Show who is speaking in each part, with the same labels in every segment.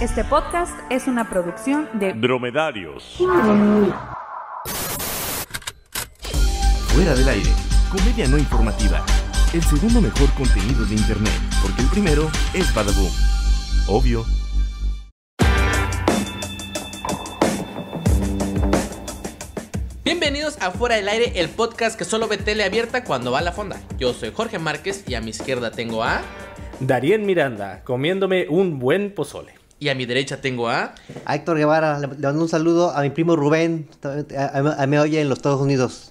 Speaker 1: Este podcast es una producción de
Speaker 2: Dromedarios.
Speaker 3: Fuera del aire. Comedia no informativa. El segundo mejor contenido de internet, porque el primero es Badaboom. Obvio.
Speaker 4: Bienvenidos a Fuera del Aire, el podcast que solo ve tele abierta cuando va a la fonda. Yo soy Jorge Márquez y a mi izquierda tengo a...
Speaker 5: Darien Miranda, comiéndome un buen pozole.
Speaker 4: Y a mi derecha tengo a...
Speaker 6: A Héctor Guevara, le, le mando un saludo a mi primo Rubén, a, a- a- me oye en los Estados Unidos.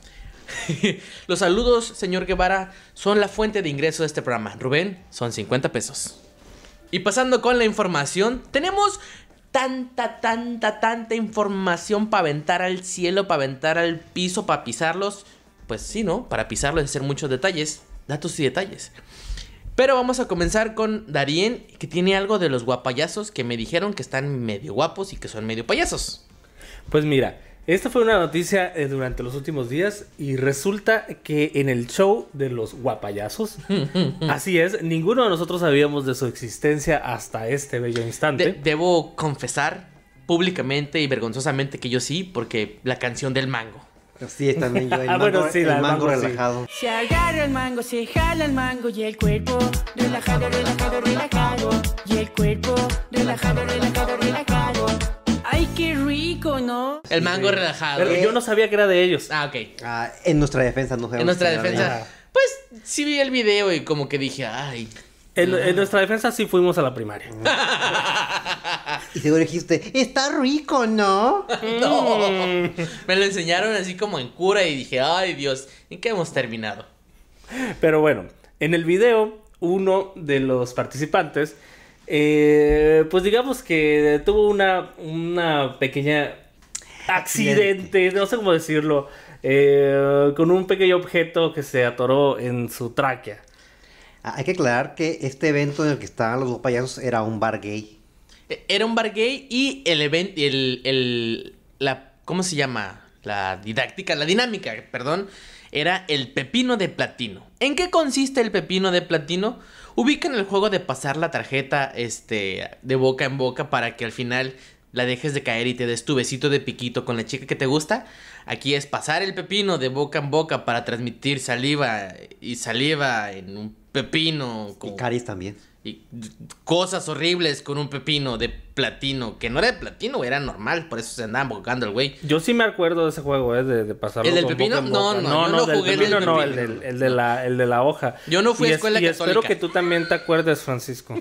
Speaker 4: Los saludos, señor Guevara, son la fuente de ingreso de este programa. Rubén, son 50 pesos. Y pasando con la información, tenemos tanta, tanta, tanta información para aventar al cielo, para aventar al piso, para pisarlos. Pues sí, ¿no? Para pisarlos y hacer muchos detalles, datos y detalles. Pero vamos a comenzar con Darien, que tiene algo de los guapayazos que me dijeron que están medio guapos y que son medio payasos.
Speaker 5: Pues mira, esta fue una noticia eh, durante los últimos días y resulta que en el show de los guapayazos, así es, ninguno de nosotros sabíamos de su existencia hasta este bello
Speaker 4: De-
Speaker 5: instante.
Speaker 4: debo confesar públicamente y vergonzosamente que yo sí, porque la canción del mango.
Speaker 6: Así es también yo, el
Speaker 5: Ah,
Speaker 6: mango,
Speaker 5: bueno, sí,
Speaker 6: el
Speaker 5: la del
Speaker 6: mango
Speaker 5: mango, sí.
Speaker 6: relajado.
Speaker 7: Se agarra el mango, se jala el mango y el cuerpo relajado, relajado, relajado. Y el cuerpo relajado, relajado, relajado. Ay, qué rico, ¿no?
Speaker 4: El mango relajado.
Speaker 5: Pero yo no sabía que era de ellos.
Speaker 4: Ah, ok.
Speaker 6: Ah, en nuestra defensa, no sabemos
Speaker 4: En nuestra
Speaker 6: si era de
Speaker 4: defensa, pues sí vi el video y como que dije, ay,
Speaker 5: En,
Speaker 4: Ah.
Speaker 5: en nuestra defensa sí fuimos a la primaria.
Speaker 6: ella. Y seguro dijiste, está rico, ¿no?
Speaker 4: no. Me lo enseñaron así como en cura y dije, ay, Dios, ¿en qué hemos terminado?
Speaker 5: Pero bueno, en el video, uno de los participantes, eh, pues digamos que tuvo una, una pequeña accidente, no sé cómo decirlo, eh, con un pequeño objeto que se atoró en su tráquea.
Speaker 6: Ah, Hay que aclarar que este evento en el que estaban los dos payasos era un bar gay.
Speaker 4: E- Era un bar gay y el evento, el, el- la, ¿cómo se llama? La didáctica, la dinámica, perdón, era el pepino de platino. ¿En qué consiste el pepino de platino? Ubican el juego de pasar la tarjeta, este, de boca en boca para que al final la dejes de caer y te des tu besito de piquito con la chica que te gusta. Aquí es pasar el pepino de boca en boca para transmitir saliva y saliva en un pepino.
Speaker 6: Y
Speaker 4: con-
Speaker 6: caries también.
Speaker 4: y cosas horribles con un pepino de platino, que no era de platino, güey, era normal, por eso se andaban bocando el güey.
Speaker 5: Yo sí me acuerdo de ese juego, eh, de, de pasarlo.
Speaker 4: ¿El del
Speaker 5: con
Speaker 4: pepino?
Speaker 5: boca en
Speaker 4: No,
Speaker 5: boca.
Speaker 4: no, yo no
Speaker 5: del
Speaker 4: jugué el
Speaker 5: pepino,
Speaker 4: del
Speaker 5: no, el,
Speaker 4: pepino.
Speaker 5: del- el de la, el de la hoja.
Speaker 4: Yo no fui a
Speaker 5: Y
Speaker 4: escuela
Speaker 5: y espero
Speaker 4: católica.
Speaker 5: que tú también te acuerdes, Francisco.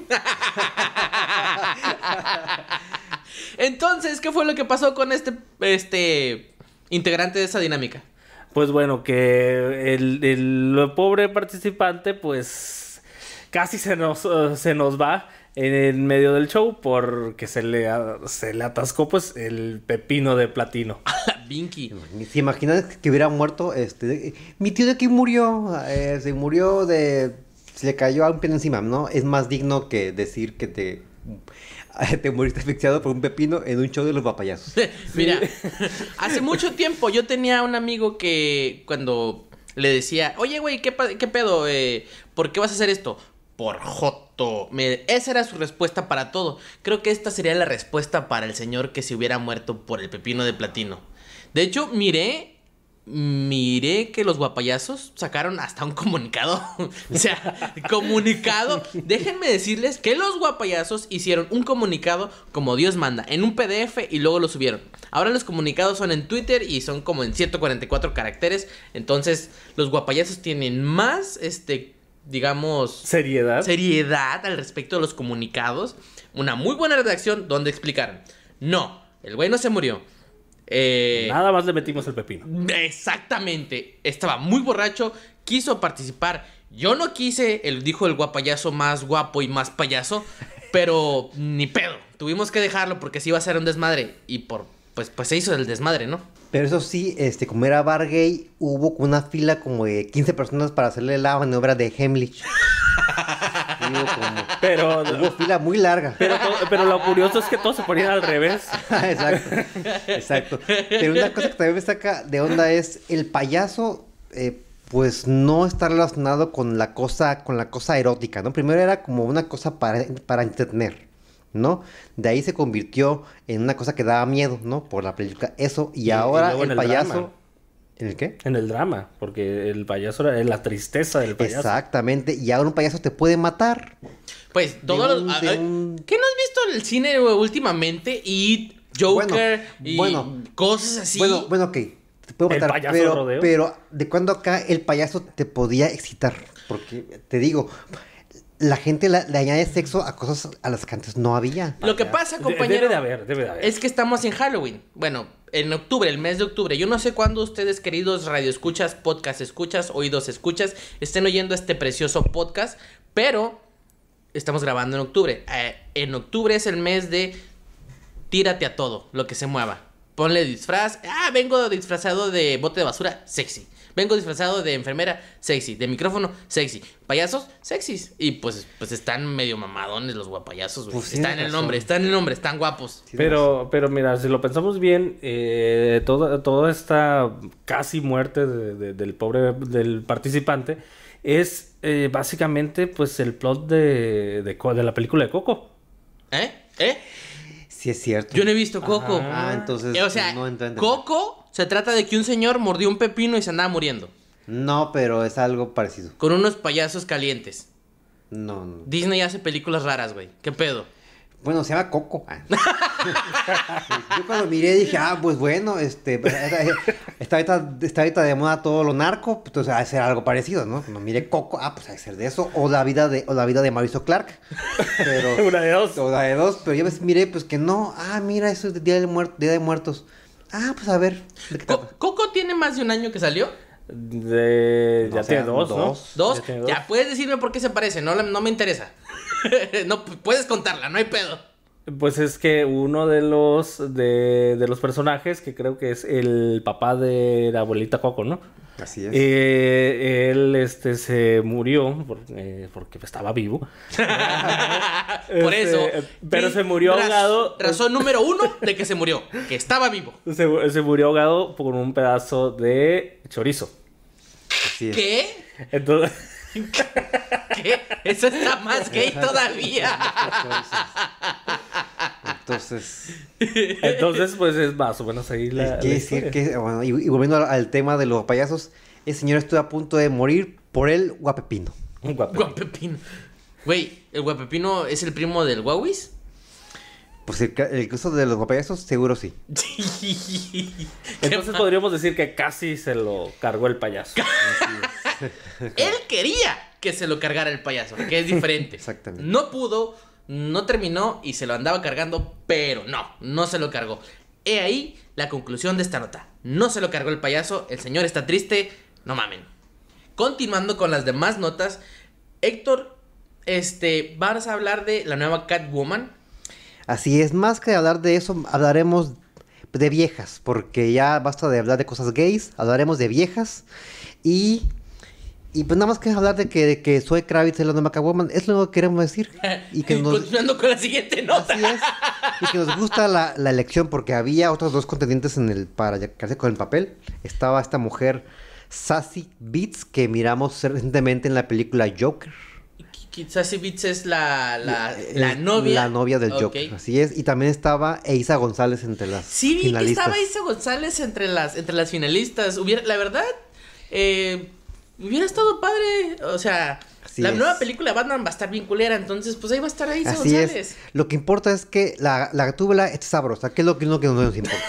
Speaker 4: Entonces, ¿qué fue lo que pasó con este, este integrante de esa dinámica?
Speaker 5: Pues bueno, que el, el pobre participante, pues casi se nos, eh, se nos va en el medio del show porque se le, a- se le atascó pues el pepino de platino.
Speaker 4: La Vinky.
Speaker 6: ¿Se imaginan que hubiera muerto? este de- Mi tío de aquí murió. eh, se murió de... Se le cayó a un pie encima, ¿no? Es más digno que decir que te... Te muriste asfixiado por un pepino en un show de los papayasos.
Speaker 4: Mira, hace mucho tiempo yo tenía un amigo que cuando le decía, oye, güey, ¿qué, pa- qué pedo? Eh, ¿Por qué vas a hacer esto? Por Joto. Me- esa era su respuesta para todo. Creo que esta sería la respuesta para el señor que se hubiera muerto por el pepino de platino. De hecho, miré. Miré que los guapayazos sacaron hasta un comunicado. o sea, comunicado. Déjenme decirles que los guapayazos hicieron un comunicado como Dios manda, en un PDF y luego lo subieron. Ahora los comunicados son en Twitter y son como en 144 caracteres. Entonces, los guapayazos tienen más, este, digamos,
Speaker 5: Seriedad.
Speaker 4: seriedad al respecto de los comunicados. Una muy buena redacción donde explicaron. No, el güey no se murió. Eh,
Speaker 5: Nada más le metimos el pepino.
Speaker 4: Exactamente. Estaba muy borracho, quiso participar. Yo no quise, el, dijo el guapayazo más guapo y más payaso, pero ni pedo. Tuvimos que dejarlo porque sí iba a ser un desmadre. Y por pues, pues se hizo el desmadre, ¿no?
Speaker 6: Pero eso sí, este, como era bar gay, hubo una fila como de 15 personas para hacerle la maniobra de Hemlich. Digo, como-
Speaker 5: Pero,
Speaker 6: hubo fila muy larga.
Speaker 5: pero, to- pero lo curioso es que todos se ponían al revés.
Speaker 6: exacto, exacto. Pero una cosa que también me saca de onda es el payaso, eh, pues no está relacionado con la cosa, con la cosa erótica, ¿no? Primero era como una cosa para, para entretener. ¿no? De ahí se convirtió en una cosa que daba miedo, ¿no? Por la película Eso. Y,
Speaker 5: y
Speaker 6: ahora
Speaker 5: luego
Speaker 6: el,
Speaker 5: en el
Speaker 6: payaso...
Speaker 5: drama.
Speaker 6: ¿En el qué?
Speaker 5: En el drama, porque el payaso era la tristeza del payaso.
Speaker 6: Exactamente. Y ahora un payaso te puede matar.
Speaker 4: Pues
Speaker 6: De
Speaker 4: todos
Speaker 6: un-
Speaker 4: los. a-
Speaker 6: de
Speaker 4: a-
Speaker 6: un-
Speaker 4: ¿Qué no has visto en el cine güey, últimamente? Y Joker
Speaker 6: Bueno,
Speaker 4: y
Speaker 6: bueno.
Speaker 4: cosas así.
Speaker 6: Bueno, bueno, ok. Te puedo
Speaker 5: El
Speaker 6: matar,
Speaker 5: payaso
Speaker 6: pero,
Speaker 5: rodeo.
Speaker 6: pero ¿de cuándo acá el payaso te podía excitar? Porque te digo, la gente la- le añade sexo a cosas a las que antes no había.
Speaker 4: Lo que pasa,
Speaker 5: De-
Speaker 4: compañero,
Speaker 5: Debe de haber, debe de haber.
Speaker 4: es que estamos en Halloween. Bueno, en octubre, el mes de octubre. Yo no sé cuándo ustedes, queridos radioescuchas, podcast escuchas, oídos escuchas, estén oyendo este precioso podcast, pero estamos grabando en octubre. Eh, en octubre es el mes de tírate a todo, lo que se mueva. Ponle disfraz. Ah, vengo disfrazado de bote de basura, sexy. Vengo disfrazado de enfermera, sexy. De micrófono, sexy. Payasos, sexys. Y pues, pues están medio mamadones los guapayazos, güey.
Speaker 6: Pues
Speaker 4: están en
Speaker 6: tienes
Speaker 4: el nombre,
Speaker 6: razón.
Speaker 4: están en el nombre, están guapos.
Speaker 6: Sí,
Speaker 5: Pero, pero mira, si lo pensamos bien, eh, toda, toda esta casi muerte de- de- del pobre del participante es eh, básicamente pues el plot de, de, Co- de la película de Coco.
Speaker 4: ¿Eh? ¿Eh?
Speaker 6: Sí, es cierto.
Speaker 4: Yo no he visto Coco.
Speaker 6: Ah, entonces
Speaker 4: Eh, o sea,
Speaker 6: no entra en-
Speaker 4: Coco se trata de que un señor mordió un pepino y se andaba muriendo.
Speaker 6: No, pero es algo parecido.
Speaker 4: Con unos payasos calientes.
Speaker 6: No, no.
Speaker 4: Disney hace películas raras, güey. ¿Qué pedo?
Speaker 6: Bueno, se llama Coco. Ah. Yo cuando miré dije, ah, pues bueno, este, está ahorita, está ahorita de moda todo lo narco, entonces ha de ser algo parecido, ¿no? Cuando miré Coco, ah, pues ha de ser de eso, o la vida de, o la vida de Mauricio Clark. Pero,
Speaker 5: Una de dos.
Speaker 6: o la de dos, pero ya ves, miré, pues que no, ah, mira, eso es de Día, del Muerto, Día de Muertos. Ah, pues a ver, ¿de qué
Speaker 5: Oh.
Speaker 4: Co-
Speaker 6: trata?
Speaker 4: Coco tiene más de un año que salió.
Speaker 5: De,
Speaker 6: No,
Speaker 5: ya
Speaker 6: o sea,
Speaker 5: tiene dos,
Speaker 6: dos.
Speaker 5: ¿no?
Speaker 4: Dos.
Speaker 5: Ya tiene
Speaker 4: Ya, puedes decirme por qué se parece. No, la- no me interesa. no p- puedes contarla, no hay pedo.
Speaker 5: Pues es que uno de los de, de los personajes, que creo que es el papá de la abuelita Coco, ¿no?
Speaker 6: Así es.
Speaker 5: Eh, él este, se murió por- eh, porque estaba vivo.
Speaker 4: por
Speaker 5: Este,
Speaker 4: eso.
Speaker 5: pero
Speaker 4: sí,
Speaker 5: se murió ahogado.
Speaker 4: Razón número uno de que se murió. Que estaba vivo.
Speaker 5: Se, se murió ahogado por un pedazo de chorizo.
Speaker 6: así es.
Speaker 4: ¿Qué?
Speaker 5: Entonces,
Speaker 4: ¿Qué? Eso está más gay todavía.
Speaker 6: Entonces,
Speaker 5: entonces, pues es más o menos ahí la. la
Speaker 6: Quiere decir
Speaker 5: historia.
Speaker 6: que, bueno, y, y volviendo al, al tema de los payasos, el señor estuvo a punto de morir por el guapepino.
Speaker 5: Un guapo.
Speaker 4: Guapepino. Güey, ¿el guapepino es el primo del guauis?
Speaker 6: Pues el, ca- el caso de los payasos, seguro sí.
Speaker 5: Entonces podríamos decir que casi se lo cargó el payaso.
Speaker 4: Él quería que se lo cargara el payaso, que es diferente.
Speaker 6: Exactamente.
Speaker 4: No pudo, no terminó y se lo andaba cargando, pero no, no se lo cargó. He ahí la conclusión de esta nota. No se lo cargó el payaso, el señor está triste, no mamen. Continuando con las demás notas, Héctor, este, vas a hablar de la nueva Catwoman.
Speaker 6: Así es, más que hablar de eso, hablaremos de viejas, porque ya basta de hablar de cosas gays, hablaremos de viejas. Y, y pues nada más que hablar de que, de que Zoe Kravitz es la nueva Catwoman, es lo que queremos decir. Y que nos,
Speaker 4: Continuando con la siguiente nota.
Speaker 6: Así es. Y que nos gusta la, la elección porque había otros dos contendientes en el para ya quedarse con el papel. Estaba esta mujer Sassy Beats que miramos recientemente en la película Joker.
Speaker 4: Quizás si Beats es la, la,
Speaker 6: Eh,
Speaker 4: la novia.
Speaker 6: La novia del
Speaker 4: Ok.
Speaker 6: Joker. Así es. Y también estaba Eiza González entre las
Speaker 4: Sí, vi que
Speaker 6: finalistas.
Speaker 4: estaba Isa González entre las, entre las finalistas. Hubiera, la verdad, eh, hubiera estado padre. O sea,
Speaker 6: Así
Speaker 4: la
Speaker 6: es.
Speaker 4: nueva película de Batman va a estar bien culera. Entonces, pues ahí va a estar Isa
Speaker 6: Así
Speaker 4: González.
Speaker 6: es. Lo que importa es que la, la gatúbela esté sabrosa, que es lo que, lo que no nos importa.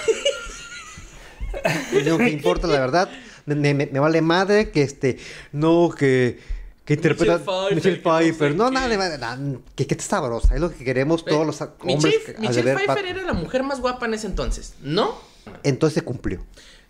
Speaker 6: Es lo que importa, la verdad. Me, me- me vale madre que este. No, que. Que interpreta
Speaker 4: Michelle Pfeiffer,
Speaker 6: Michelle
Speaker 4: que no sé
Speaker 6: Pfeiffer. No,
Speaker 4: qué.
Speaker 6: nada, nada, nada, que, que esté sabrosa. Es lo que queremos todos los a-
Speaker 4: Michelle,
Speaker 6: hombres. que- al
Speaker 4: Michelle
Speaker 6: ver
Speaker 4: Pfeiffer
Speaker 6: Bat-
Speaker 4: era la mujer más guapa en ese entonces, ¿no?
Speaker 6: Entonces se cumplió.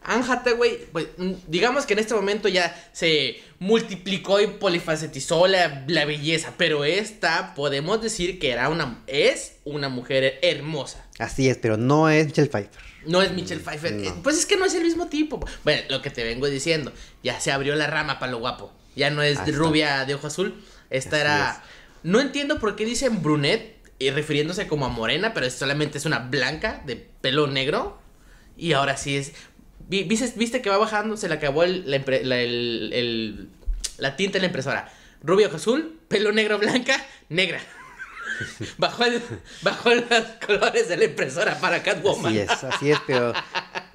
Speaker 4: Anne Hathaway, pues, mm, digamos que en este momento ya se multiplicó y polifacetizó la, la belleza, pero esta podemos decir que era una, es una mujer hermosa.
Speaker 6: Así es, pero no es Michelle Pfeiffer.
Speaker 4: No es Michelle Pfeiffer.
Speaker 6: Mm, no.
Speaker 4: Eh, Pues es que no es el mismo tipo. Bueno, lo que te vengo diciendo. Ya se abrió la rama para lo guapo. Ya no es
Speaker 6: Ahí
Speaker 4: de
Speaker 6: está.
Speaker 4: rubia de ojo azul. Esta
Speaker 6: Así
Speaker 4: era. No entiendo por qué dicen brunette. Y refiriéndose como a morena, pero es- solamente es una blanca de pelo negro. Y ahora sí es. vi- ¿Viste, viste que va bajando? Se le acabó el- la, impre- la- el- el- la tinta en la impresora. Rubia ojo azul, pelo negro blanca, negra. Bajó, el- bajó los colores de la impresora para Catwoman.
Speaker 6: Así es, así es, pero.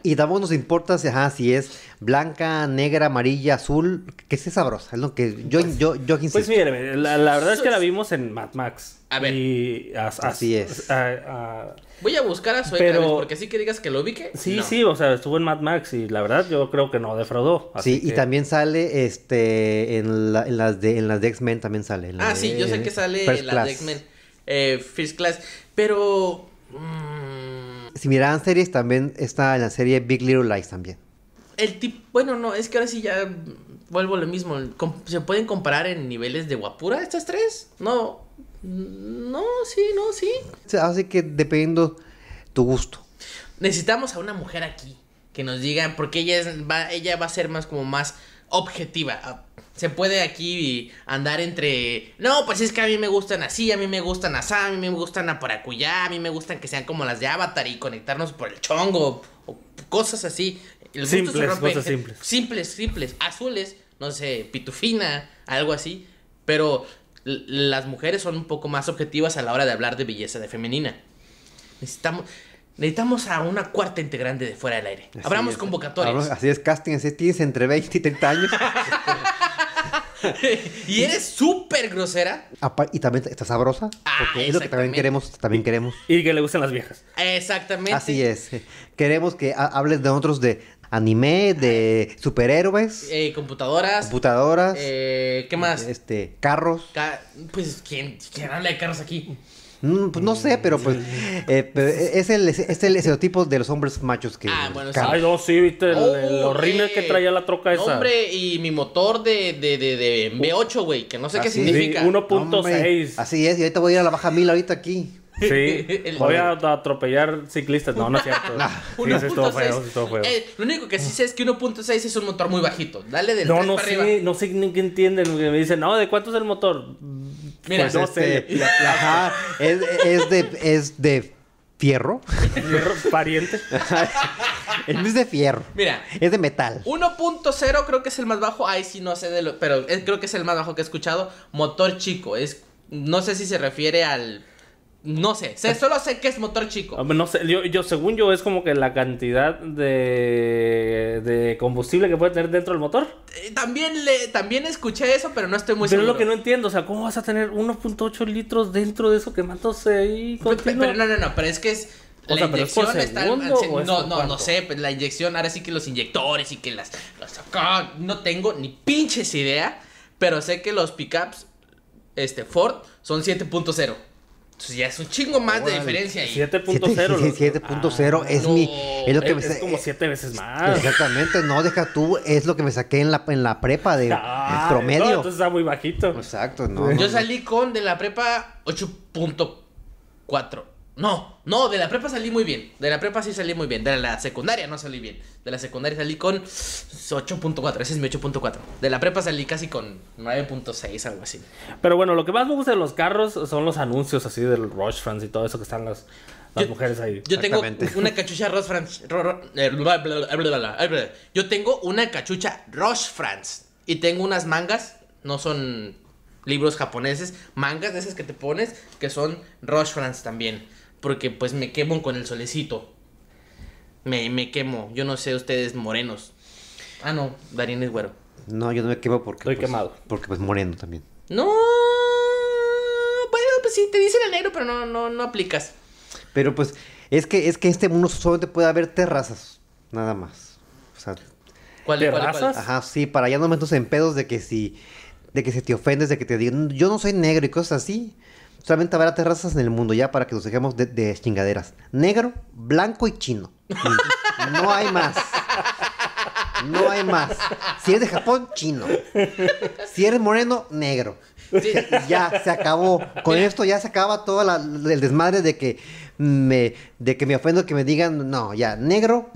Speaker 6: Y Damon nos importa, si- ajá, si es blanca, negra, amarilla, azul, que sea sabrosa. Es lo que yo, yo, yo insisto.
Speaker 5: Pues mírame, la, la verdad es que la vimos en Mad Max.
Speaker 4: A ver.
Speaker 5: Y as- as-
Speaker 6: Así es.
Speaker 5: a- a-
Speaker 4: Voy a buscar a Zoe
Speaker 5: Pero-
Speaker 4: Kravitz, porque así que digas que lo ubique.
Speaker 5: sí,
Speaker 4: no.
Speaker 5: sí, o sea, estuvo en Mad Max y la verdad yo creo que no defraudó. así
Speaker 6: sí, y
Speaker 5: que-
Speaker 6: también sale este en, la- en las de en las de X-Men también sale. en la
Speaker 4: Ah, sí,
Speaker 6: de-
Speaker 4: yo sé que sale
Speaker 6: First
Speaker 4: la
Speaker 6: Class.
Speaker 4: de X-Men. eh, First Class. Pero. mm,
Speaker 6: Si miraban series, también está en la serie Big Little Lies también.
Speaker 4: el tipo. Bueno, no, es que ahora sí ya mm, vuelvo a lo mismo. Com- ¿Se pueden comparar en niveles de guapura estas tres? No. Mm, No, sí, no, sí.
Speaker 6: O sea, Así que dependiendo tu gusto.
Speaker 4: Necesitamos a una mujer aquí que nos diga, porque ella es- va, ella va a ser más como más objetiva. Ah, Se puede aquí andar entre, no, pues es que a mí me gustan así, a mí me gustan así, a mí me gustan a por acullá, a mí me gustan que sean como las de Avatar y conectarnos por el chongo o cosas así. El gusto se
Speaker 5: Simples,
Speaker 4: rompe en
Speaker 5: cosas
Speaker 4: gen-
Speaker 5: simples.
Speaker 4: Simples, simples, azules, no sé, pitufina, algo así, pero l- las mujeres son un poco más objetivas a la hora de hablar de belleza de femenina. Necesitamos, necesitamos a una cuarta integrante de fuera del aire.
Speaker 6: Así
Speaker 4: Abramos ¿eh?
Speaker 6: es.
Speaker 4: convocatorias.
Speaker 6: Abramos- Así es, casting, así tienes entre 20 y 30 años.
Speaker 4: y eres súper grosera.
Speaker 6: Apa- y también está sabrosa.
Speaker 4: Ah,
Speaker 6: Porque es lo que también
Speaker 4: exactamente.
Speaker 6: queremos, también queremos.
Speaker 5: Y que le gustan las viejas.
Speaker 4: Exactamente.
Speaker 6: Así es. Queremos que ha- hables de otros de anime, de superhéroes,
Speaker 4: Eh, computadoras.
Speaker 6: computadoras,
Speaker 4: eh, ¿Qué más?
Speaker 6: este, carros.
Speaker 4: Ca- pues, ¿quién, ¿quién habla de carros aquí?
Speaker 6: Mm, pues no sé, pero pues eh, pero es el es el estereotipo de los hombres machos que
Speaker 4: Ah, bueno, sí.
Speaker 6: carros.
Speaker 5: Ay, no, sí, viste el, el
Speaker 4: ¡Hombre!
Speaker 5: horrible que traía la troca esa.
Speaker 4: Hombre, y mi motor de, de, de, de V8, güey, que no sé qué
Speaker 6: Así es.
Speaker 4: significa.
Speaker 5: Sí, uno-
Speaker 6: Hombre,
Speaker 5: 1.6.
Speaker 6: Así es, y ahorita voy a ir a la baja mil ahorita aquí.
Speaker 5: Sí,
Speaker 4: El-
Speaker 5: voy a atropellar ciclistas. No, no es cierto. Sí, sí, estuvo feo, sí, estuvo feo.
Speaker 4: 1.6. Eh, lo único que sí sé es que 1.6 es un motor muy bajito. Dale del
Speaker 5: No,
Speaker 4: 3
Speaker 5: no
Speaker 4: para
Speaker 5: sé,
Speaker 4: arriba.
Speaker 5: no sé ni qué entienden. porque Me dicen, no, ¿de cuánto es el motor?
Speaker 4: Mira,
Speaker 5: pues no sé.
Speaker 6: Este, ajá, es, es de es de fierro.
Speaker 5: Fierro, Pariente.
Speaker 6: El mío es de fierro.
Speaker 4: Mira.
Speaker 6: Es de metal.
Speaker 4: 1.0 creo que es el más bajo. Ahí sí no sé de lo. Pero es- creo que es el más bajo que he escuchado. Motor chico. Es. No sé si se refiere al. No sé. sé- solo sé que es motor chico.
Speaker 5: Hombre, No sé, yo, yo, según yo, es como que la cantidad de, de combustible que puede tener dentro del motor.
Speaker 4: Eh, También le, también escuché eso, pero no estoy muy
Speaker 5: Pero es
Speaker 4: seguro.
Speaker 5: lo que no entiendo, o sea, ¿cómo vas a tener 1.8 litros dentro de eso quemándose ahí
Speaker 4: Pe- pe-
Speaker 5: continuo?
Speaker 4: Pero no, no, no, pero es que es.
Speaker 5: O
Speaker 4: la
Speaker 5: sea, pero es por
Speaker 4: inyección está al- al
Speaker 5: segundo
Speaker 4: cien-
Speaker 5: o es
Speaker 4: No,
Speaker 5: por
Speaker 4: no, no
Speaker 5: cuánto?
Speaker 4: sé. pues, La inyección, ahora sí que los inyectores y que las. las acá, no tengo ni pinches idea. Pero sé que los pickups este, Ford son 7.0. Entonces ya es un chingo más de diferencia ahí.
Speaker 5: 7.0.
Speaker 6: Siete-
Speaker 5: los-
Speaker 6: siete- 7.0
Speaker 5: Ah,
Speaker 6: es
Speaker 4: no.
Speaker 6: mi es lo que me
Speaker 5: es, es
Speaker 6: sa-
Speaker 5: como
Speaker 6: eh,
Speaker 5: 7 veces más.
Speaker 6: Exactamente, no deja tú, es lo que me saqué en la en la prepa de
Speaker 5: Ah,
Speaker 6: el
Speaker 5: no,
Speaker 6: promedio. Pues
Speaker 5: entonces está muy bajito.
Speaker 6: Exacto, no. no,
Speaker 4: Yo
Speaker 6: no.
Speaker 4: salí con de la prepa 8.4. No, no, de la prepa salí muy bien. De la prepa sí salí muy bien. De la secundaria no salí bien. De la secundaria salí con 8.4. Ese es mi 8.4. De la prepa salí casi con 9.6, algo así.
Speaker 5: Pero bueno, lo que más me gusta de los carros son los anuncios así del Rush France y todo eso que están las, las
Speaker 4: Yo-
Speaker 5: mujeres ahí.
Speaker 4: Yo tengo
Speaker 6: Exactamente.
Speaker 4: una cachucha Roche France. ro- ro- eh, bla, bla, bla, bla, bla, bla. Yo tengo una cachucha Roche France. Y tengo unas mangas. No son libros japoneses. Mangas de esas que te pones. Que son Roche France también. Porque pues me quemo con el solecito. Me, me quemo. Yo no sé ustedes morenos. Ah, no. Darín es güero.
Speaker 6: No, yo no me quemo porque
Speaker 5: Estoy
Speaker 6: pues,
Speaker 5: quemado.
Speaker 6: Porque pues moreno también.
Speaker 4: No. Bueno, pues sí, te dicen el negro, pero no, no, no aplicas.
Speaker 6: Pero pues es que es que en este mundo solamente puede haber terrazas, nada más. O sea,
Speaker 4: ¿Cuál,
Speaker 5: ¿Te
Speaker 4: cuál, cuál?
Speaker 5: rasas?
Speaker 6: ajá, sí, para allá no meternos en pedos de que si de que si te ofendes, de que te digan, yo no soy negro y cosas así. Solamente habrá terrazas en el mundo ya para que nos dejemos de, de chingaderas. Negro, blanco y chino. No hay más. No hay más. Si eres de Japón, chino. Si eres moreno, negro.
Speaker 4: Sí.
Speaker 6: Ya se acabó. Con esto ya se acaba todo la- el desmadre de que me, de que me ofendo que me digan, no, ya, negro,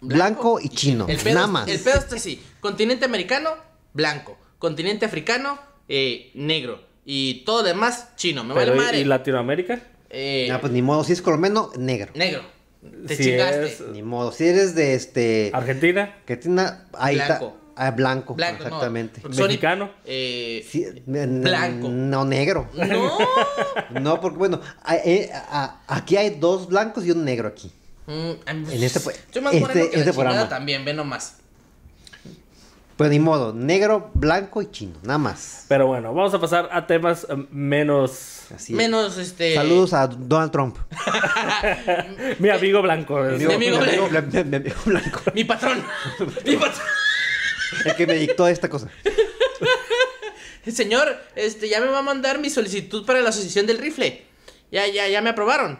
Speaker 6: blanco, y chino.
Speaker 4: El pedo,
Speaker 6: nada más.
Speaker 4: El pedo está así. Continente americano, blanco. Continente africano, eh, negro. Y todo lo demás, chino. Me vale
Speaker 5: Pero, ¿y-
Speaker 4: madre.
Speaker 5: ¿Y Latinoamérica?
Speaker 4: Eh,
Speaker 6: Ya, pues ni modo, si es colombiano, negro.
Speaker 4: Negro. Te
Speaker 5: Si
Speaker 4: chingaste.
Speaker 5: es-
Speaker 6: Ni modo. Si eres de este
Speaker 5: ¿Argentina?
Speaker 6: Argentina, ahí está.
Speaker 4: Blanco.
Speaker 6: Ah, blanco,
Speaker 4: Blanco, no.
Speaker 6: exactamente.
Speaker 4: Porque son-
Speaker 5: Mexicano.
Speaker 4: Eh,
Speaker 6: Sí, n- n-
Speaker 4: Blanco.
Speaker 6: No, negro.
Speaker 4: no.
Speaker 6: No, porque bueno, a- eh, a- aquí hay dos blancos y un negro aquí.
Speaker 4: Mm, a mí-
Speaker 6: En este fue-
Speaker 4: Soy más
Speaker 6: este-
Speaker 4: moreno que la
Speaker 6: este
Speaker 4: chingada
Speaker 6: programa.
Speaker 4: también, ve nomás.
Speaker 6: Pues ni modo, negro, blanco y chino, nada más.
Speaker 5: Pero bueno, vamos a pasar a temas eh, menos.
Speaker 6: Así es.
Speaker 4: Menos este.
Speaker 6: Saludos a Donald Trump.
Speaker 5: Mi amigo blanco. es-
Speaker 4: Mi amigo
Speaker 6: blanco. mi amigo blanco.
Speaker 4: Mi patrón. mi patrón.
Speaker 6: El que me dictó esta cosa.
Speaker 4: Señor, este, ya me va a mandar mi solicitud para la asociación del rifle. Ya, ya, ya me aprobaron.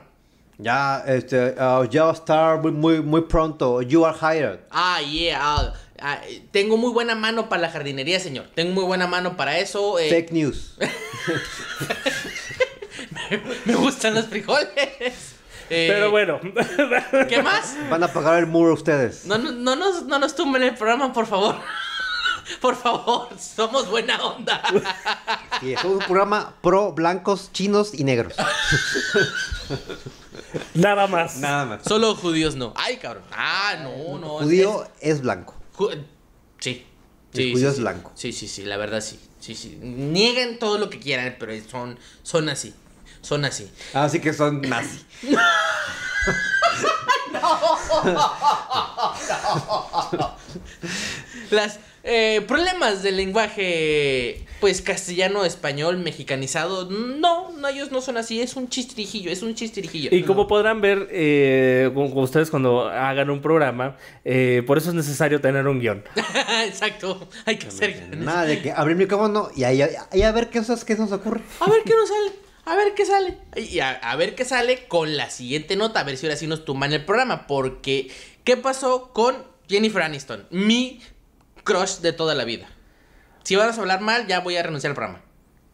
Speaker 6: Ya, este, ah, ya va a estar muy, muy, muy pronto. You are hired.
Speaker 4: Ah, yeah. ah, ah, eh, tengo muy buena mano para la jardinería, señor. Tengo muy buena mano para eso. eh,
Speaker 6: Fake news.
Speaker 4: me gustan los frijoles. Eh,
Speaker 5: Pero bueno,
Speaker 4: ¿Qué más?
Speaker 6: Van a pagar el muro ustedes.
Speaker 4: No, no, no nos, no nos tumben el programa, por favor. Por favor, somos buena onda.
Speaker 6: Sí, somos un programa pro blancos, chinos y negros.
Speaker 5: nada más.
Speaker 6: más.
Speaker 4: Solo judíos no. Ay, cabrón. Ah, no, no.
Speaker 6: Judío es blanco.
Speaker 4: es- ju- sí.
Speaker 6: El
Speaker 4: Sí, sí,
Speaker 6: judío es
Speaker 4: sí.
Speaker 6: blanco.
Speaker 4: Sí, sí, sí, la verdad sí. Sí, sí. Niegan todo lo que quieran, pero son, son así. Son así.
Speaker 5: Ah,
Speaker 6: Así que son nazi.
Speaker 4: Las eh, problemas del lenguaje, pues castellano, español, mexicanizado. No, no, ellos no son así. Es un chistirijillo, es un chistirijillo.
Speaker 5: Y como podrán ver, eh, con- con ustedes cuando hagan un programa, eh, por eso es necesario tener un guión.
Speaker 4: Exacto. Hay que hacer.
Speaker 6: Nada de que abrir el micrófono y ahí, ahí a ver qué, nos- qué nos ocurre.
Speaker 4: A ver qué nos sale. A ver qué sale. Y a, a ver qué sale con la siguiente nota. A ver si ahora sí nos tumban el programa. Porque, ¿qué pasó con Jennifer Aniston? Mi crush de toda la vida. Si vamos a hablar mal, ya voy a renunciar al programa.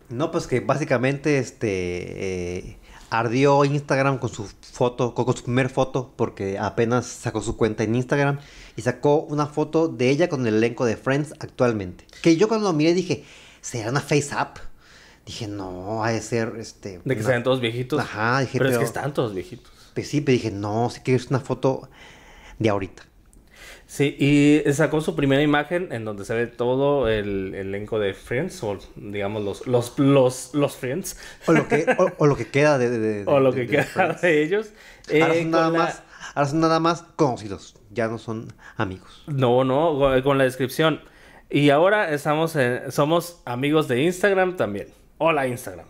Speaker 6: No, pues que básicamente este eh, ardió Instagram con su foto, con, con su primer foto, porque apenas sacó su cuenta en Instagram y sacó una foto de ella con el elenco de Friends actualmente. Que yo cuando lo miré dije, ¿será una face up? Dije, no, ha de ser este.
Speaker 5: De que
Speaker 6: una-
Speaker 5: sean todos viejitos.
Speaker 6: Ajá, dije,
Speaker 5: pero, es que
Speaker 6: pero-
Speaker 5: están todos viejitos.
Speaker 6: Pues sí, pero dije, no, sí que es una foto de ahorita.
Speaker 5: Sí, y sacó su primera imagen en donde se ve todo el elenco de Friends, o digamos los, los, los, los Friends,
Speaker 6: O lo que, o, o lo que queda de. de- de-
Speaker 5: o lo
Speaker 6: de-
Speaker 5: que
Speaker 6: de
Speaker 5: queda
Speaker 6: Friends.
Speaker 5: de ellos.
Speaker 6: Ahora
Speaker 5: Eh,
Speaker 6: son nada
Speaker 5: con la-
Speaker 6: más, ahora son nada más conocidos, ya no son amigos.
Speaker 5: No, no, con- con la descripción. Y ahora estamos en- somos amigos de Instagram también. Hola Instagram.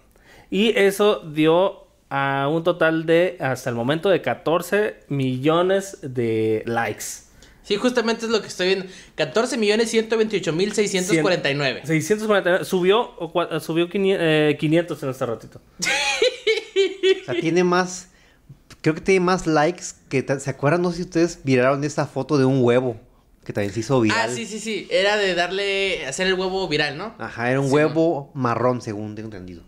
Speaker 5: Y eso dio a un total de, hasta el momento, de 14 millones de likes.
Speaker 4: Sí, justamente es lo que estoy viendo. 14 millones 128 mil 649.
Speaker 5: 649. Subió, o cua- subió 500, eh, 500 en este ratito.
Speaker 6: O sea, tiene más. Creo que tiene más likes que. ta- ¿Se acuerdan? No sé si ustedes miraron esa foto de un huevo que también se hizo viral. Ah.
Speaker 4: Ah, sí, sí, sí. Era de darle, hacer el huevo viral, ¿no?
Speaker 6: Ajá, era un
Speaker 4: Sí,
Speaker 6: huevo marrón, según tengo entendido.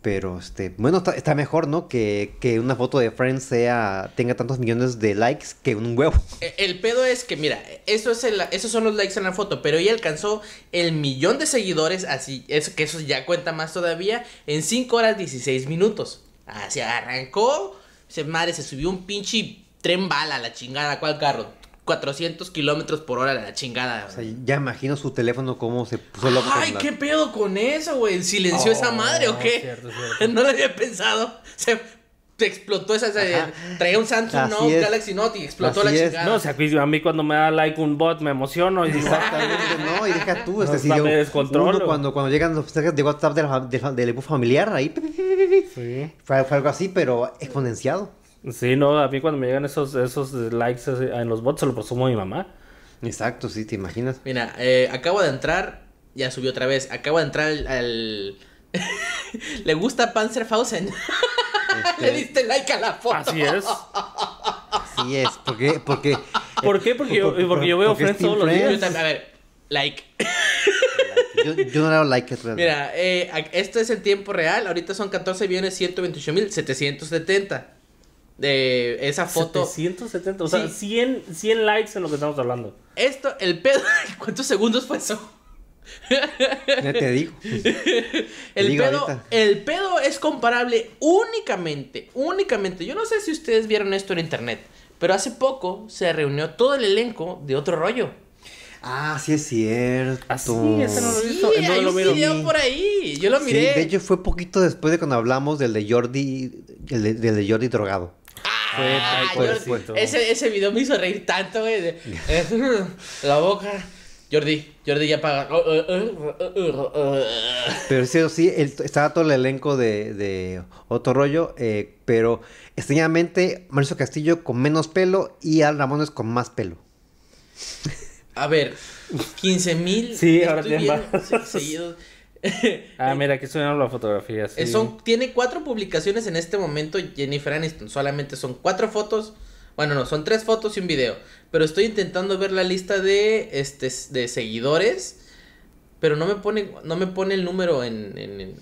Speaker 6: Pero este, bueno, está, está mejor, ¿no? Que, que una foto de Friends sea tenga tantos millones de likes que un huevo.
Speaker 4: Eh, El pedo es que, mira, eso es el- esos son los likes en la foto, pero ella alcanzó el millón de seguidores, así, eso, que eso ya cuenta más todavía, en 5 horas 16 minutos. Así arrancó, se madre, se subió un pinche tren bala a la chingada, ¿cuál carro? 400 kilómetros por hora a la chingada.
Speaker 6: O sea, ya imagino su teléfono cómo se puso loco. con
Speaker 4: Ay,
Speaker 6: la-
Speaker 4: qué pedo con eso, güey. ¿Silenció esa madre o qué?
Speaker 5: Oh, cierto, cierto.
Speaker 4: no lo había pensado. Se se explotó esa. se-
Speaker 6: Ajá.
Speaker 4: traía un Samsung
Speaker 6: Así
Speaker 4: Note,
Speaker 6: es.
Speaker 4: Galaxy Note y explotó
Speaker 6: Así
Speaker 4: la
Speaker 6: es.
Speaker 4: chingada.
Speaker 5: No, o sea, pues, a mí cuando me da like un bot me emociono y digo,
Speaker 6: Exactamente, no, y deja tú,
Speaker 5: No,
Speaker 6: este, si
Speaker 5: no me
Speaker 6: yo-
Speaker 5: descontrolo.
Speaker 6: uno cuando, cuando llegan los mensajes de WhatsApp del, fa- del, fa- del grupo familiar, ahí
Speaker 5: sí.
Speaker 6: fue, fue algo así, pero exponenciado.
Speaker 5: Sí, no, a mí cuando me llegan esos, esos likes así en los bots se lo presumo a mi mamá.
Speaker 6: Exacto, sí, te imaginas.
Speaker 4: Mira, eh, acabo de entrar. Ya subió otra vez. Acabo de entrar al. al- Le gusta Panzerfausen. Le diste like a la foto.
Speaker 5: Así es.
Speaker 6: Así Este, es, porque, porque,
Speaker 5: ¿Por qué? Porque yo, porque yo veo
Speaker 6: Porque es
Speaker 5: Friends
Speaker 6: Team
Speaker 5: todos los
Speaker 6: Friends.
Speaker 4: Yo
Speaker 5: días.
Speaker 4: también- a ver, like.
Speaker 6: eh, yo, yo no le hago like. claro.
Speaker 4: Mira, eh, ac- esto es en tiempo real. Ahorita son 14 millones 128 mil 770. De esa foto.
Speaker 5: 770, o sea,
Speaker 4: Sí.
Speaker 5: 100, 100 likes en lo que estamos hablando.
Speaker 4: Esto, el pedo. ¿Cuántos segundos fue eso?
Speaker 6: Ya te digo.
Speaker 4: El
Speaker 6: digo
Speaker 4: pedo,
Speaker 6: ahorita.
Speaker 4: el pedo es comparable únicamente, únicamente. Yo no sé si ustedes vieron esto en internet, pero hace poco se reunió todo el elenco de otro rollo.
Speaker 6: Ah, sí es cierto.
Speaker 5: Ah, sí, ese no lo he
Speaker 4: Sí,
Speaker 5: visto. ¿En dónde
Speaker 4: hay
Speaker 5: lo
Speaker 4: un
Speaker 5: miro?
Speaker 4: video por ahí. Yo lo
Speaker 6: Sí,
Speaker 4: miré.
Speaker 6: de hecho fue poquito después de cuando hablamos del de Jordi, el de, del de Jordi drogado.
Speaker 5: Fue
Speaker 4: Ah,
Speaker 5: tal,
Speaker 6: Jordi,
Speaker 5: pobrecito.
Speaker 4: ese, ese video me hizo reír tanto, güey. de- eh, la boca. Jordi, Jordi ya Oh, paga. oh,
Speaker 6: Pero sí o sí, el- estaba todo el elenco de, de otro rollo, eh, pero extrañamente Mauricio Castillo con menos pelo y Al Ramones con más pelo.
Speaker 4: A ver, 15 mil.
Speaker 5: Sí, ahora tienen varios.
Speaker 4: Seguidos.
Speaker 5: Ah, mira, aquí subieron la fotografía. sí.
Speaker 4: Eh, Son, tiene cuatro publicaciones en este momento Jennifer Aniston. Solamente son cuatro fotos. Bueno, no, son tres fotos y un video. Pero estoy intentando ver la lista de, este, de seguidores. Pero no me pone, no me pone el número en... en- en-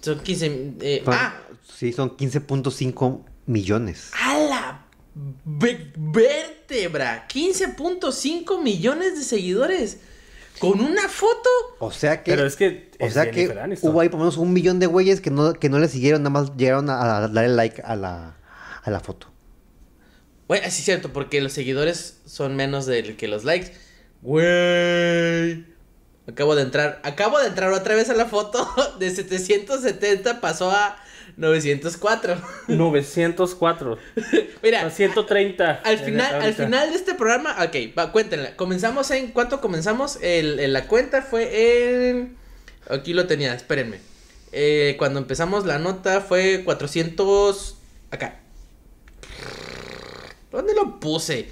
Speaker 4: son 15... eh,
Speaker 6: Son-
Speaker 4: ah,
Speaker 6: Sí, son 15.5 millones.
Speaker 4: a la ve- vértebra. 15.5 millones de seguidores. Con una foto.
Speaker 6: O sea que,
Speaker 5: Pero es que.
Speaker 6: o
Speaker 5: es
Speaker 6: sea que
Speaker 5: Jennifer Aniston.
Speaker 6: hubo ahí por lo menos un millón de güeyes que no, que no le siguieron, nada más llegaron a, a darle like a la, a la foto.
Speaker 4: Bueno, sí es cierto, porque los seguidores son menos del que los likes. Güey. Acabo de entrar, acabo de entrar otra vez a la foto. De 770 pasó a 904.
Speaker 5: 904.
Speaker 4: Mira,
Speaker 5: A 130.
Speaker 4: al
Speaker 5: en-
Speaker 4: final, al
Speaker 5: ahorita.
Speaker 4: final de este programa, ok, va, cuéntenla. Comenzamos en, ¿cuánto comenzamos? El, el- la cuenta fue en, aquí lo tenía, espérenme. Eh, cuando empezamos la nota fue 400, acá. ¿Dónde lo puse?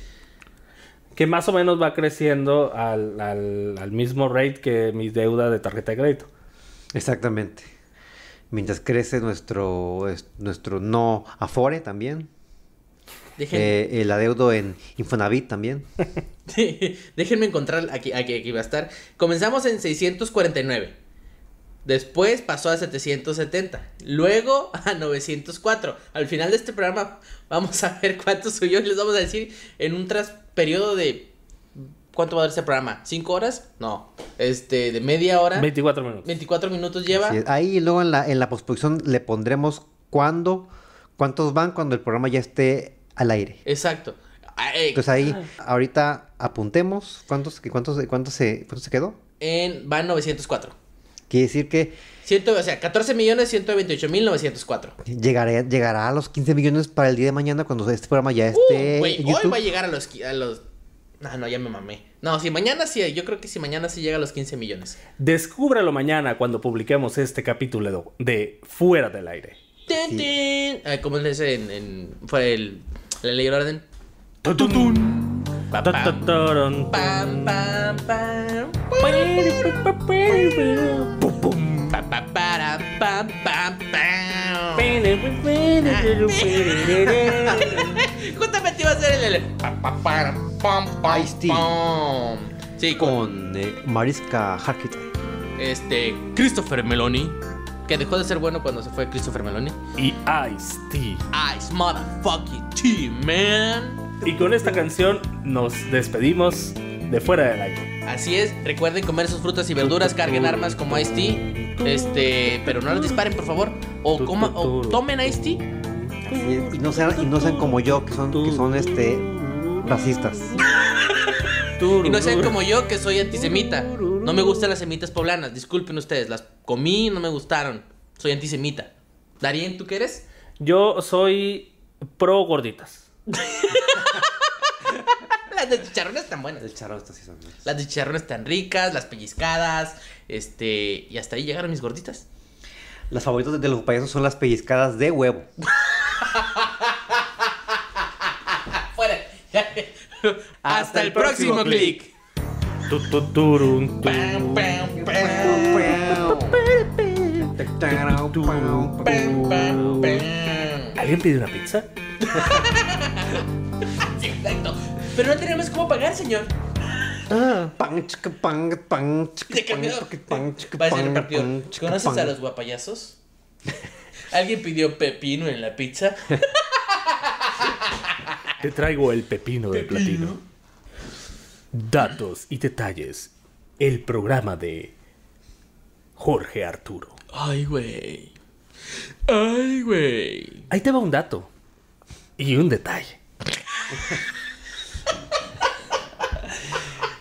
Speaker 5: Que más o menos va creciendo al, al, al mismo rate que mi deuda de tarjeta de crédito.
Speaker 6: Exactamente. Mientras crece nuestro, es- nuestro no afore también.
Speaker 4: Dejen-
Speaker 6: Eh, el adeudo en Infonavit también.
Speaker 4: Déjenme encontrar, aquí, aquí, aquí va a estar. Comenzamos en 649. Después pasó a 770. Luego a 904. Al final de este programa vamos a ver cuánto subió y les vamos a decir en un tras periodo de... ¿Cuánto va a dar este programa? ¿Cinco horas? No. Este, de media hora.
Speaker 5: 24 minutos.
Speaker 4: 24 minutos lleva.
Speaker 6: Así es. Ahí y luego en la, en la postproducción le pondremos cuándo, cuántos van cuando el programa ya esté al aire.
Speaker 4: Exacto. Ah, eh,
Speaker 6: Entonces ahí, ahorita apuntemos cuántos, que cuántos, cuántos se, cuánto se quedó.
Speaker 4: en, va a 904.
Speaker 6: Quiere decir que
Speaker 4: Ciento- o sea, 14 millones 128 mil 904.
Speaker 6: llegaré, llegará a los 15 millones para el día de mañana cuando este programa ya
Speaker 4: Uh,
Speaker 6: esté
Speaker 4: güey,
Speaker 6: en
Speaker 4: hoy
Speaker 6: YouTube.
Speaker 4: va a llegar a los... qui- A los... Ah, no, ya me mamé. No, si mañana sí, yo creo que si mañana sí llega a los 15 millones.
Speaker 5: Descúbralo mañana cuando publiquemos este capítulo de Fuera del Aire.
Speaker 4: Tin,
Speaker 6: Sí.
Speaker 4: tin. Ah, ¿Cómo es ese en, en- fue el, la ley y el orden?
Speaker 5: Ta- ta- tarán.
Speaker 4: Pam, pam, pam. Pa, pa, para, pam, pam, pam. Justamente iba a ser el... el pa, pa, para, pam, pam,
Speaker 6: Ice-T.
Speaker 4: pam. Sí, con
Speaker 6: Con eh, Mariska Hargitay.
Speaker 4: este Christopher Meloni, que dejó de ser bueno cuando se fue Christopher Meloni.
Speaker 5: Y Ice-T.
Speaker 4: Ice motherfucking T, man.
Speaker 5: Y con esta canción nos despedimos de Fuera del Aire.
Speaker 4: Así es, recuerden comer sus frutas y verduras, carguen armas como Ice T. Este, pero no les disparen, por favor. O, coma, o tomen Ice T.
Speaker 6: Así es. Y no sean, y no sean como yo, que son, que son este racistas.
Speaker 4: Y no sean como yo, que soy antisemita. No me gustan las semitas poblanas, disculpen ustedes. Las comí, no me gustaron. Soy antisemita. Darien, ¿tú qué eres?
Speaker 5: Yo soy pro gorditas.
Speaker 4: Las de chicharrones están buenas.
Speaker 6: El charro está así también.
Speaker 4: Las de chicharrones están ricas, las pellizcadas. Este, y hasta ahí llegaron mis gorditas.
Speaker 6: Las favoritas de los payasos son las pellizcadas de huevo.
Speaker 4: ¡Fuera! hasta el próximo click.
Speaker 5: Tu- tu- turun, tu.
Speaker 4: Pam, pam, pam.
Speaker 5: ¿Alguien pide una pizza?
Speaker 4: Sí, exacto. Pero no tenemos cómo pagar, señor.
Speaker 6: Pan, chica, pan, pan, chica,
Speaker 4: De
Speaker 6: pan,
Speaker 4: cambio.
Speaker 6: chica, pan, chica,
Speaker 4: Va a ser el
Speaker 6: pan,
Speaker 4: partido.
Speaker 6: pan, chica,
Speaker 4: ¿Conoces a
Speaker 6: pan.
Speaker 4: los guapayazos? ¿Alguien pidió pepino en la pizza?
Speaker 5: Te traigo el pepino de platino. Datos y detalles. El programa de Jorge Arturo.
Speaker 4: Ay, güey. Ay, güey.
Speaker 5: Ahí te va un dato. Y un detalle.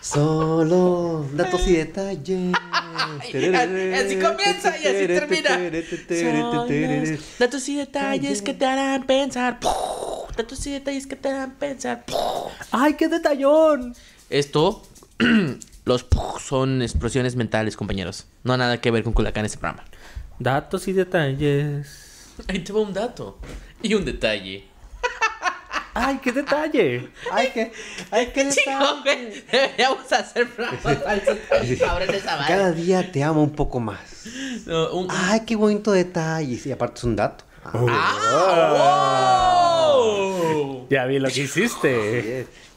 Speaker 6: Solo datos y detalles.
Speaker 4: Así comienza y así termina. Son los Datos y detalles que te harán pensar. Datos y detalles que te harán pensar.
Speaker 5: ¡Ay, qué detallón!
Speaker 4: Esto, los son explosiones mentales, compañeros. No nada que ver con Culiacán este programa.
Speaker 5: Datos y detalles.
Speaker 4: Ahí te va un dato y un detalle.
Speaker 5: ¡Ay, qué detalle!
Speaker 6: Ay, que, ay, que
Speaker 4: Chico, güey, deberíamos hacer programas falsos ahora en esa madre.
Speaker 6: Cada día te amo un poco más.
Speaker 4: No, un-
Speaker 6: Ay, qué bonito detalle. Y aparte es un dato. Ah,
Speaker 4: ¡Ah! ¡Wow!
Speaker 5: Ya vi lo que hiciste.
Speaker 6: yes.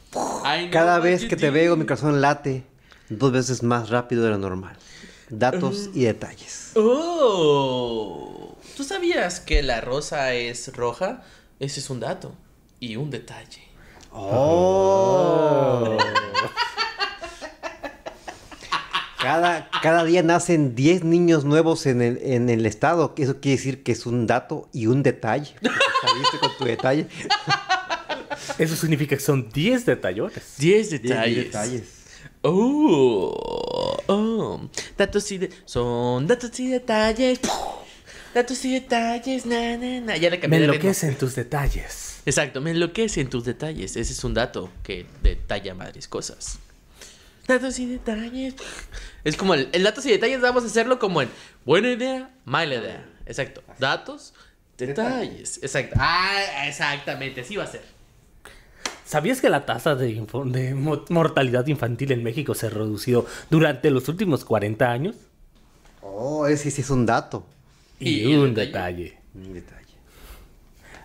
Speaker 4: Ay, no
Speaker 6: eh, Cada
Speaker 4: manches,
Speaker 6: vez que te
Speaker 4: Jimmy.
Speaker 6: veo mi corazón late dos veces más rápido de lo normal. Datos y detalles.
Speaker 4: Oh. ¿Tú sabías que la rosa es roja? Ese es un dato y un detalle.
Speaker 6: Oh. Cada, cada día nacen 10 niños nuevos en el, en el estado. Eso quiere decir que es un dato y un detalle. Porque Saliste con tu detalle.
Speaker 5: Eso significa que son 10 detallones.
Speaker 4: 10
Speaker 6: Diez
Speaker 4: detalles. Oh. Oh. Datos y de- son datos y detalles. Datos y detalles. Na, na, na. Ya le
Speaker 5: Me
Speaker 4: cambié de ritmo.
Speaker 5: enloquecen tus detalles.
Speaker 4: Exacto, me enloquece en tus detalles. Ese es un dato que detalla madres cosas. Datos y detalles. Es como el, el datos y detalles, vamos a hacerlo como en buena idea, mala idea. Exacto. Datos, detalles. Exacto. Ah, exactamente, así va a ser.
Speaker 5: ¿Sabías que la tasa de, info- de mo- mortalidad infantil en México se ha reducido durante los últimos 40 años?
Speaker 6: Oh, ese sí es un dato.
Speaker 5: Y,
Speaker 4: Y el
Speaker 5: un
Speaker 4: detalle.
Speaker 5: detalle.
Speaker 6: Un detalle.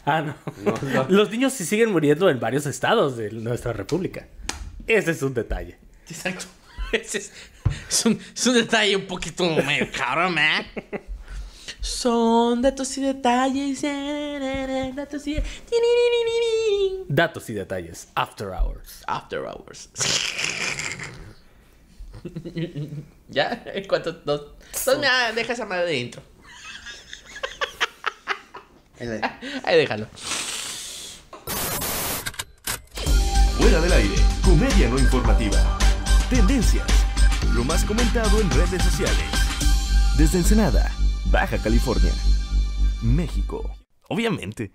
Speaker 5: Ah, no. Los niños sí siguen muriendo en varios estados de nuestra república. Ese es un detalle.
Speaker 4: Exacto. Ese es, es un, es un detalle un poquito medio cabrón, ¿eh? Son datos y detalles. eh, na, na, Datos y.
Speaker 5: Datos y detalles. After hours.
Speaker 4: After Hours. ¿Ya? ¿Cuántos? Dos. Dos, mira, deja esa madre de intro.
Speaker 6: El-
Speaker 4: Ahí déjalo.
Speaker 3: Fuera del aire, comedia no informativa. Tendencias, lo más comentado en redes sociales. Desde Ensenada, Baja California, México. Obviamente.